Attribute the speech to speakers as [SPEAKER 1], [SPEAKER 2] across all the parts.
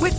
[SPEAKER 1] With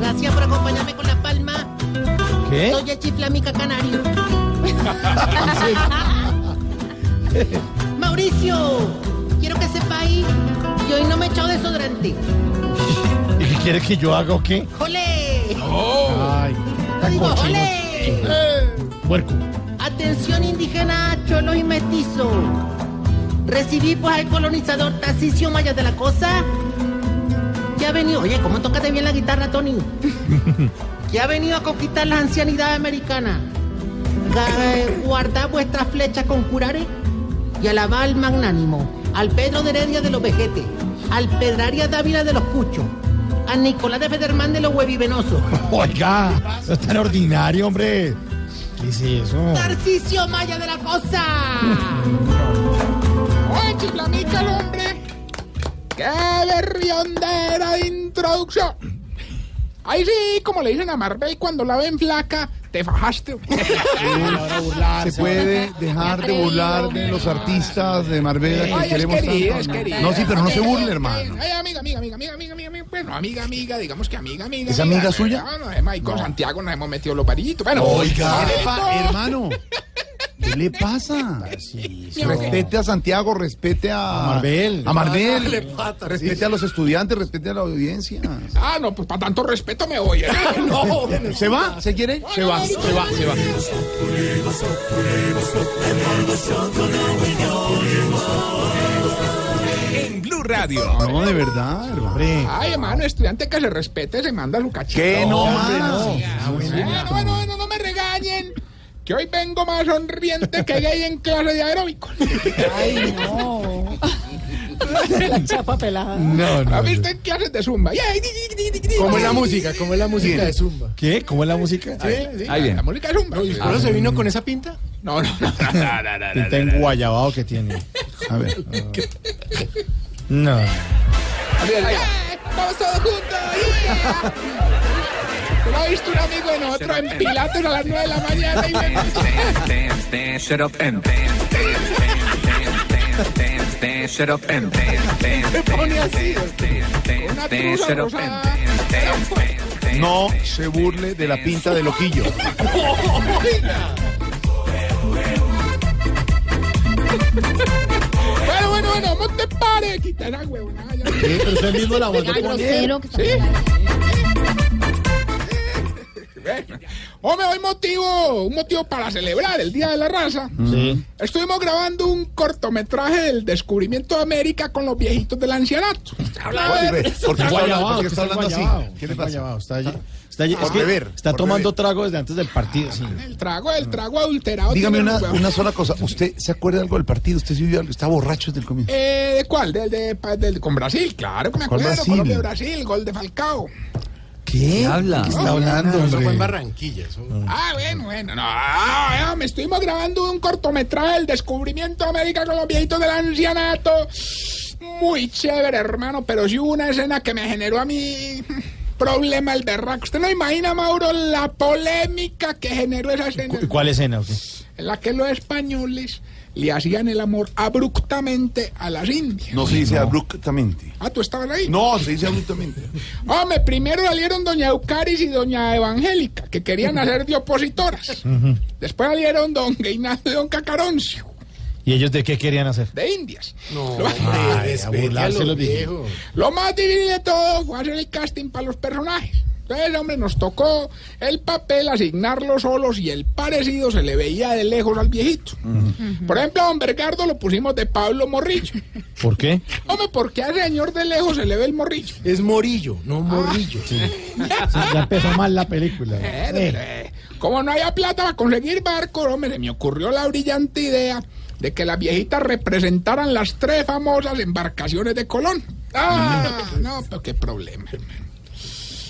[SPEAKER 2] Gracias por acompañarme con la palma.
[SPEAKER 3] ¿Qué?
[SPEAKER 2] Soy el chiflamica canario. Mauricio, quiero que sepa ahí que hoy no me he echado desodorante.
[SPEAKER 3] ¿Y qué quiere que yo haga o qué?
[SPEAKER 2] ¡Jole!
[SPEAKER 3] Ay,
[SPEAKER 2] Yo digo,
[SPEAKER 3] cochino.
[SPEAKER 2] ¡jole!
[SPEAKER 3] puerco.
[SPEAKER 2] Atención indígena, cholos y mestizo. Recibí pues al colonizador Tacicio Maya de la Cosa. Que ha venido, oye, ¿cómo tócate bien la guitarra, Tony? que ha venido a conquistar la ancianidad americana. Ga- eh, Guardad vuestras flechas con curare y alabar al magnánimo, al Pedro de Heredia de los Vejetes, al Pedraria Dávila de los Cuchos, a Nicolás de Federman de los Huevivenosos.
[SPEAKER 3] Oiga, no es tan ordinario, hombre. ¿Qué es eso?
[SPEAKER 2] Tarcicio Maya de la Cosa.
[SPEAKER 4] ¡Oye, chiflamica el hombre! ¡Qué de riondera de introducción! Ahí sí, como le dicen a Marvel cuando la ven flaca, te fajaste.
[SPEAKER 5] Se puede dejar de burlar de los artistas de Marbella que
[SPEAKER 4] Ay, es
[SPEAKER 5] queremos
[SPEAKER 4] querida,
[SPEAKER 5] tanto.
[SPEAKER 4] es querida. Eh,
[SPEAKER 5] No, sí, pero no se burle, hermano.
[SPEAKER 4] Ay, amiga, amiga, amiga, amiga, amiga, amiga, amiga. Bueno, amiga, amiga, digamos que amiga, amiga.
[SPEAKER 5] ¿Es amiga suya?
[SPEAKER 4] Bueno, además, y con Santiago nos hemos metido los parillitos. Bueno,
[SPEAKER 5] Oiga,
[SPEAKER 4] ¿qué le
[SPEAKER 5] pa-
[SPEAKER 4] pasa?
[SPEAKER 5] hermano, ¿qué le pasa? Respete a Santiago, respete a,
[SPEAKER 3] A Marbel.
[SPEAKER 5] a Marbel,
[SPEAKER 3] Le pata, sí.
[SPEAKER 5] respete a los estudiantes, respete a la audiencia.
[SPEAKER 4] Ah, no, pues para tanto respeto me voy. ¿eh? No,
[SPEAKER 5] ¿Se va? ¿Se quiere? Se va, se va, se va.
[SPEAKER 6] En Blue Radio.
[SPEAKER 5] No, de verdad, hermano.
[SPEAKER 3] Hombre,
[SPEAKER 4] Ay, hermano, estudiante que se respete, se manda a su cachito.
[SPEAKER 5] Que no
[SPEAKER 3] hombre,
[SPEAKER 5] más.
[SPEAKER 3] no.
[SPEAKER 4] Bueno, bueno, bueno, no me regañen. Que hoy vengo más sonriente que gay en clase de aeróbico.
[SPEAKER 5] Ay, no.
[SPEAKER 3] No,
[SPEAKER 4] ¿Lo
[SPEAKER 3] no.
[SPEAKER 4] viste en clases de zumba?
[SPEAKER 5] ¿Cómo es la música? ¿Cómo es la música de Zumba?
[SPEAKER 3] ¿Qué? ¿Cómo es la música?
[SPEAKER 4] Ahí bien. La música de zumba.
[SPEAKER 5] ¿Por eso se vino con esa pinta?
[SPEAKER 4] No, no, no.
[SPEAKER 3] Pinta en guayabao que tiene.
[SPEAKER 5] A ver.
[SPEAKER 3] No.
[SPEAKER 4] Ay, Vamos todos juntos. yeah. ¿Lo ha visto un amigo de nosotros en Pilates a las 9 de la mañana? Y me- pone así. con Una truza rosada.
[SPEAKER 5] No se burle de la pinta de loquillo.
[SPEAKER 4] Bueno, bueno, bueno, no te pares. Quita la huevona. ya.
[SPEAKER 3] ¿Qué? Pero usted mismo la mandó a poner.
[SPEAKER 4] Hombre, hoy motivo, un motivo para celebrar el Día de la Raza.
[SPEAKER 3] Sí.
[SPEAKER 4] Estuvimos grabando un cortometraje del descubrimiento de América con los viejitos del ancianato.
[SPEAKER 5] ¿Por qué
[SPEAKER 3] Está
[SPEAKER 5] está hablando,
[SPEAKER 3] guayabao,
[SPEAKER 5] por qué
[SPEAKER 3] que
[SPEAKER 5] está hablando así? ¿Qué le pasa?
[SPEAKER 3] Está allí. Está, allí. Es
[SPEAKER 5] Por
[SPEAKER 3] que
[SPEAKER 5] beber,
[SPEAKER 3] está
[SPEAKER 5] por
[SPEAKER 3] tomando
[SPEAKER 5] beber.
[SPEAKER 3] tragos desde antes del partido. Sí.
[SPEAKER 4] El trago, el trago adulterado.
[SPEAKER 5] Dígame
[SPEAKER 4] tiene
[SPEAKER 5] una,
[SPEAKER 4] un huevo.
[SPEAKER 5] una sola cosa. ¿Usted se acuerda algo del partido? ¿Usted sí vio algo? ¿Está borracho desde el comienzo?
[SPEAKER 4] Eh, ¿De cuál? Del de, pa- del- con Brasil, claro que me
[SPEAKER 5] ¿Cuál
[SPEAKER 4] acuerdo.
[SPEAKER 5] Brasil?
[SPEAKER 4] Colombia, Brasil, gol de Falcao.
[SPEAKER 5] ¿Qué?
[SPEAKER 6] habla?
[SPEAKER 5] ¿Qué está hablando, hombre?
[SPEAKER 3] Barranquilla.
[SPEAKER 4] Ah, bueno, bueno, no. ah, ah, me estuvimos grabando un cortometraje, El descubrimiento de América con los viejitos del ancianato. Muy chévere, hermano, pero sí hubo una escena que me generó a mí problema el berraco. Usted no imagina, Mauro, la polémica que generó esa escena.
[SPEAKER 3] ¿Cuál escena? o qué?
[SPEAKER 4] En la que los españoles le hacían el amor abruptamente a las indias.
[SPEAKER 5] No se dice abruptamente.
[SPEAKER 4] Ah, ¿tú estabas ahí?
[SPEAKER 5] No, Oh, se dice abruptamente.
[SPEAKER 4] Hombre, primero salieron doña Eucaris y doña Evangélica, que querían hacer de opositoras. Después salieron don Gainaldo y don Cacaroncio,
[SPEAKER 3] ¿Y ellos de qué querían hacer?
[SPEAKER 4] de Indias. No,
[SPEAKER 3] Ay, a burlarse los viejitos.
[SPEAKER 4] Lo más difícil de todo fue hacer el casting para los personajes. Entonces, hombre, nos tocó el papel, asignarlo solos y el parecido se le veía de lejos al viejito. Por ejemplo, a don Bergardo lo pusimos de Pablo Morrillo.
[SPEAKER 3] ¿Por qué?
[SPEAKER 4] Hombre, ¿por qué al señor de lejos se le ve el morrillo? Ah,
[SPEAKER 3] Es Morillo, no Morrillo. ya empezó mal la película. Eh,
[SPEAKER 4] Eh, Como no había plata para conseguir barco, hombre, se me ocurrió la brillante idea de que las viejitas representaran las tres famosas embarcaciones de Colón. Ah,
[SPEAKER 3] Mm.
[SPEAKER 4] no, pero qué problema. hermano.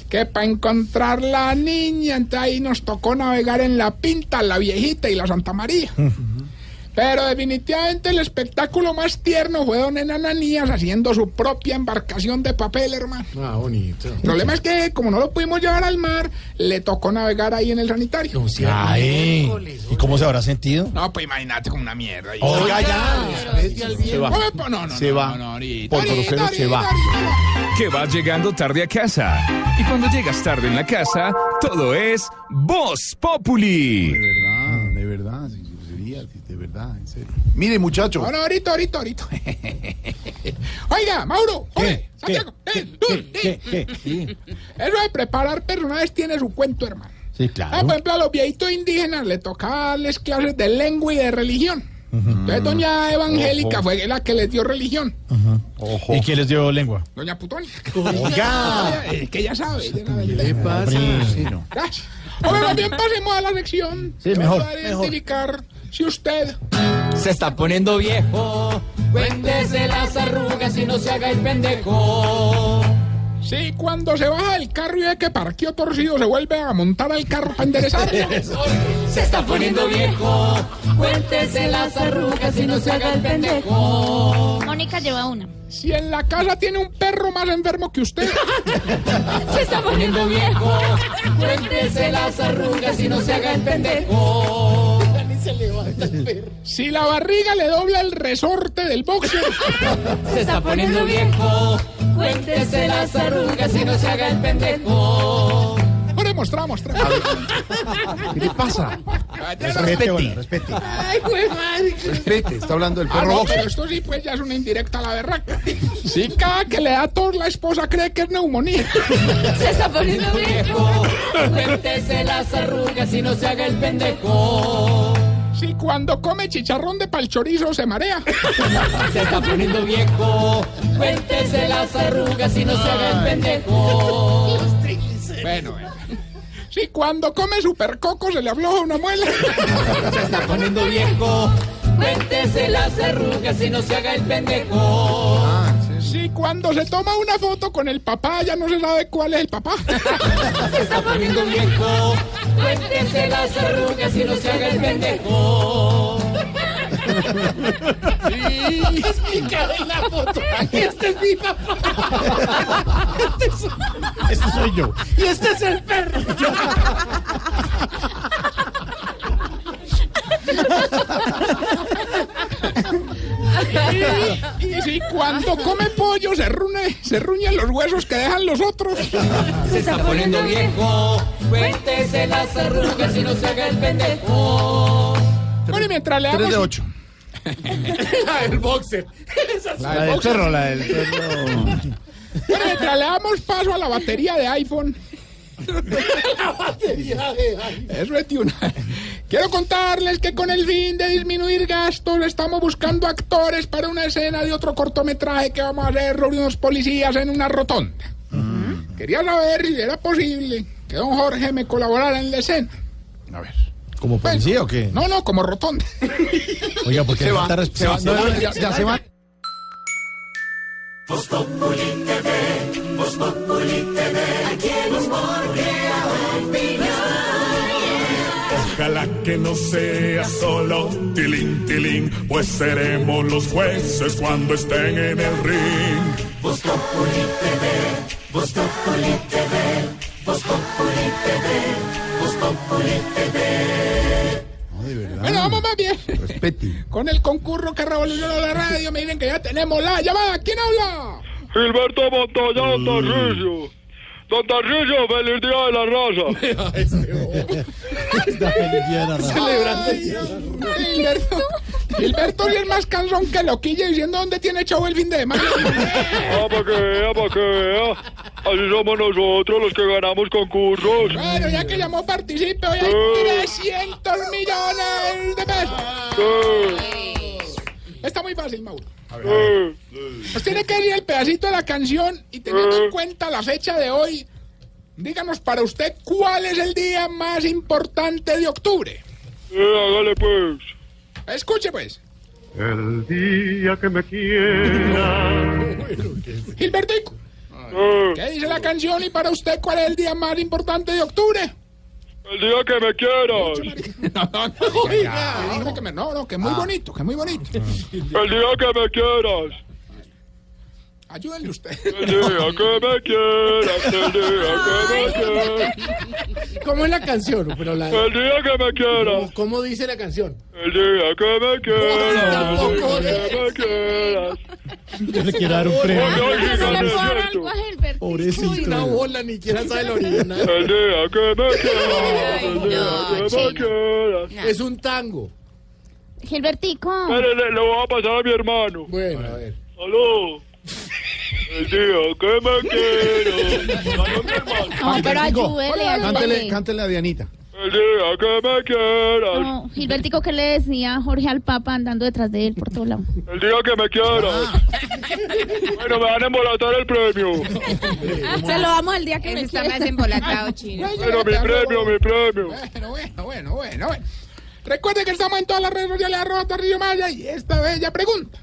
[SPEAKER 4] Que para encontrar la niña, entonces ahí nos tocó navegar en la Pinta, la Viejita y la Santa María. Pero definitivamente el espectáculo más tierno fue don Enananías haciendo su propia embarcación de papel, hermano.
[SPEAKER 7] Ah, bonito.
[SPEAKER 4] El problema es que, como no lo pudimos llevar al mar, le tocó navegar ahí en el sanitario.
[SPEAKER 7] Oh,
[SPEAKER 3] Ay, ¿y cómo se habrá sentido?
[SPEAKER 4] No, pues imagínate como una mierda. ahí.
[SPEAKER 3] Oiga, ya.
[SPEAKER 7] Se va.
[SPEAKER 4] Oye, pues, no, no,
[SPEAKER 8] Se
[SPEAKER 4] no,
[SPEAKER 8] va.
[SPEAKER 4] no, no, ahorita,
[SPEAKER 8] Por
[SPEAKER 4] ahorita,
[SPEAKER 8] grosero se
[SPEAKER 4] ahorita,
[SPEAKER 8] va.
[SPEAKER 4] ahorita.
[SPEAKER 9] Que vas llegando tarde a casa. Y cuando llegas tarde en la casa, todo es Voz
[SPEAKER 8] De
[SPEAKER 9] Populi.
[SPEAKER 8] verdad, de verdad, sin grosería, de verdad, en serio. Mire, muchachos.
[SPEAKER 4] Ahora, ahorita, ahorita, ahorita. Oiga, Mauro, oye, Santiago, eh, tú, eh. Eso de preparar personajes tiene su cuento, hermano.
[SPEAKER 7] Sí,
[SPEAKER 4] Ah, por
[SPEAKER 7] claro.
[SPEAKER 4] ejemplo, a los viejitos indígenas le tocaba darles clases de lengua y de religión. Entonces, doña Evangélica fue la que les dio religión.
[SPEAKER 8] Ojo.
[SPEAKER 3] ¿Y quién les dio lengua?
[SPEAKER 4] Doña Putoni.
[SPEAKER 3] Oiga.
[SPEAKER 4] Oye, Es que ya sabe. ella era del-
[SPEAKER 8] ¿Qué pasa?
[SPEAKER 4] Gracias. Bueno, más bien pasemos a la sección.
[SPEAKER 7] Sí, mejor,
[SPEAKER 4] Para identificar si usted
[SPEAKER 3] Se está poniendo viejo.
[SPEAKER 10] Cuéntese las arrugas y no se haga el pendejo.
[SPEAKER 4] Sí, cuando se baja del carro y ve que parqueó torcido, se vuelve a montar al carro para enderezarlo.
[SPEAKER 10] Se está poniendo viejo. Cuéntese las arrugas y no se haga el pendejo.
[SPEAKER 11] Mónica lleva una.
[SPEAKER 4] si en la casa tiene un perro más enfermo que usted.
[SPEAKER 11] Se está poniendo viejo.
[SPEAKER 10] Cuéntese las arrugas y no se haga el pendejo.
[SPEAKER 4] si la barriga le dobla el resorte del boxer.
[SPEAKER 10] Se está poniendo viejo. Cuéntese las arrugas y no se haga el pendejo.
[SPEAKER 4] Ahora mostra, mostra.
[SPEAKER 8] ¿Qué le pasa?
[SPEAKER 7] Respete, hola, respete.
[SPEAKER 4] Ay, güey, madre.
[SPEAKER 8] Respete, está hablando del
[SPEAKER 4] Ah,
[SPEAKER 8] perro
[SPEAKER 4] no,
[SPEAKER 8] boxer.
[SPEAKER 4] pero esto sí, pues ya es una indirecta a la berraca. Sí, cada que le da tos, la esposa cree que es neumonía.
[SPEAKER 10] Se está poniendo viejo. Cuéntese las arrugas y no se haga el pendejo.
[SPEAKER 4] Si cuando come chicharrón de palchorizo se marea.
[SPEAKER 10] Se está poniendo viejo. Cuéntese las arrugas y no se haga el pendejo.
[SPEAKER 4] Bueno, bueno. Si cuando come supercoco se le afloja una muela.
[SPEAKER 10] Se está poniendo viejo. Cuéntese las arrugas y no se haga el pendejo.
[SPEAKER 4] Si cuando se toma una foto con el papá ya no se sabe cuál es el papá.
[SPEAKER 10] Se está poniendo viejo. Cuéntese las arrugas y no se haga el pendejo. Explicado en la foto. Este es mi papá.
[SPEAKER 7] Este soy yo.
[SPEAKER 10] Y este es el perro.
[SPEAKER 4] Y si cuando come pollo se rune, se ruñen los huesos que dejan los otros.
[SPEAKER 10] Se está poniendo viejo. Cuéntese las arrugas y no se haga el pendejo.
[SPEAKER 4] Bueno, y mientras le
[SPEAKER 8] 3 de
[SPEAKER 4] damos
[SPEAKER 8] 8.
[SPEAKER 10] El boxer.
[SPEAKER 7] La del perro, la del perro.
[SPEAKER 4] bueno, mientras le damos paso a la batería de iPhone. Eso es de una. Quiero contarles que con el fin de disminuir gastos estamos buscando actores para una escena de otro cortometraje que vamos a hacer sobre unos policías en una rotonda.
[SPEAKER 8] Mm.
[SPEAKER 4] Quería saber si era posible que don Jorge me colaborara en la escena.
[SPEAKER 8] A ver.
[SPEAKER 3] ¿Como policía o qué?
[SPEAKER 4] No, no, como rotonda.
[SPEAKER 3] Oiga, porque
[SPEAKER 8] Se
[SPEAKER 3] no
[SPEAKER 8] va,
[SPEAKER 3] está
[SPEAKER 8] se va,
[SPEAKER 3] respetando.
[SPEAKER 8] no, no, ya, ya se va.
[SPEAKER 9] Ojalá que no sea solo tilín, tilín, pues seremos los jueces cuando estén en el ring.
[SPEAKER 4] Bueno, vamos más bien.
[SPEAKER 8] Pues, Respete.
[SPEAKER 4] Con el concurso que revolucionó la radio, miren que ya tenemos la llamada. ¿Quién habla?
[SPEAKER 9] Gilberto Montoya, don Tarricio. Don Tarricio, feliz día de la raza.
[SPEAKER 7] Está feliz día de la raza.
[SPEAKER 4] Ay, Gilberto. Gilberto sí es más cansón que loquilla diciendo dónde tiene show el fin de semana.
[SPEAKER 9] Ah, para que vea, para que vea. Así somos nosotros los que ganamos concursos.
[SPEAKER 4] Bueno, ya que llamó participe, hoy hay 300 millones de pesos. Está muy fácil, Mauro. Nos tiene que ir el pedacito de la canción y teniendo en cuenta la fecha de hoy, díganos para usted cuál es el día más importante de octubre.
[SPEAKER 9] Eh, hágale pues.
[SPEAKER 4] Escuche pues.
[SPEAKER 9] El día que me quieras,
[SPEAKER 4] Gilbertico, ¿qué dice la canción y para usted cuál es el día más importante de octubre?
[SPEAKER 10] El día que me quieras.
[SPEAKER 4] No, no, Ah. no, oiga, que dijo que me- no, no, que es muy bonito, que es muy bonito.
[SPEAKER 10] El día que me quieras.
[SPEAKER 4] Ayúdenle usted.
[SPEAKER 10] El día que me quieras. El día que me quieras.
[SPEAKER 12] ¿Cómo es la canción? Pero la-
[SPEAKER 10] El día que me quieras.
[SPEAKER 12] ¿Cómo, cómo dice la canción?
[SPEAKER 10] El día que me quieras. El
[SPEAKER 12] tampoco, ¿eh?
[SPEAKER 10] día que me quieras.
[SPEAKER 3] Yo le quiero dar un premio.
[SPEAKER 10] Ay,
[SPEAKER 13] Se
[SPEAKER 10] gigante,
[SPEAKER 13] le puedo dar
[SPEAKER 10] ¿cierto?
[SPEAKER 13] algo a Gilbert.
[SPEAKER 12] Uy, una
[SPEAKER 3] Ah,
[SPEAKER 12] bola, ni siquiera sabe el original.
[SPEAKER 10] El día que me quieras. El
[SPEAKER 12] Ay,
[SPEAKER 10] día
[SPEAKER 12] no,
[SPEAKER 10] que me
[SPEAKER 12] Chino.
[SPEAKER 10] quieras.
[SPEAKER 12] Es un tango.
[SPEAKER 13] Gilbertico.
[SPEAKER 10] Espere, le, le voy a pasar a mi hermano.
[SPEAKER 12] Bueno, a ver.
[SPEAKER 10] Aló. El día que me quieras. Aló, mi hermano.
[SPEAKER 13] No, pero ayúdele,
[SPEAKER 5] Cántele,
[SPEAKER 13] ayúdele.
[SPEAKER 5] cántele a Dianita.
[SPEAKER 10] El día que me quieras.
[SPEAKER 13] No, Gilbertico, ¿qué le decía Jorge al Papa andando detrás de él por todo lado?
[SPEAKER 10] El día que me quieras. Bueno, me van a embolatar el premio.
[SPEAKER 13] Se lo vamos el día que me está más embolatado, chino.
[SPEAKER 10] Bueno, mi premio, mi premio.
[SPEAKER 4] Bueno, bueno, bueno, bueno, bueno. Recuerde que estamos en todas las redes sociales arroba Tarrillo Maya y esta bella pregunta.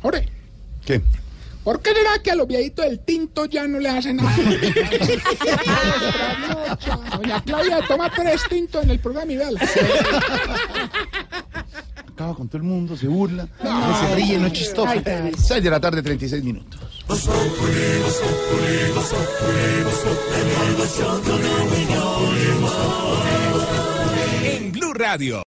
[SPEAKER 4] Jorge,
[SPEAKER 5] Mm. ¿Qué?
[SPEAKER 4] ¿por qué será que a los viejitos del tinto ya no les hacen nada? Doña Claudia, toma tres tintos en el programa y dale.
[SPEAKER 5] Acaba con todo el mundo, se burla, no se ríe, no es chistoso. 6 de la tarde, 36 minutos.
[SPEAKER 14] En Blue Radio.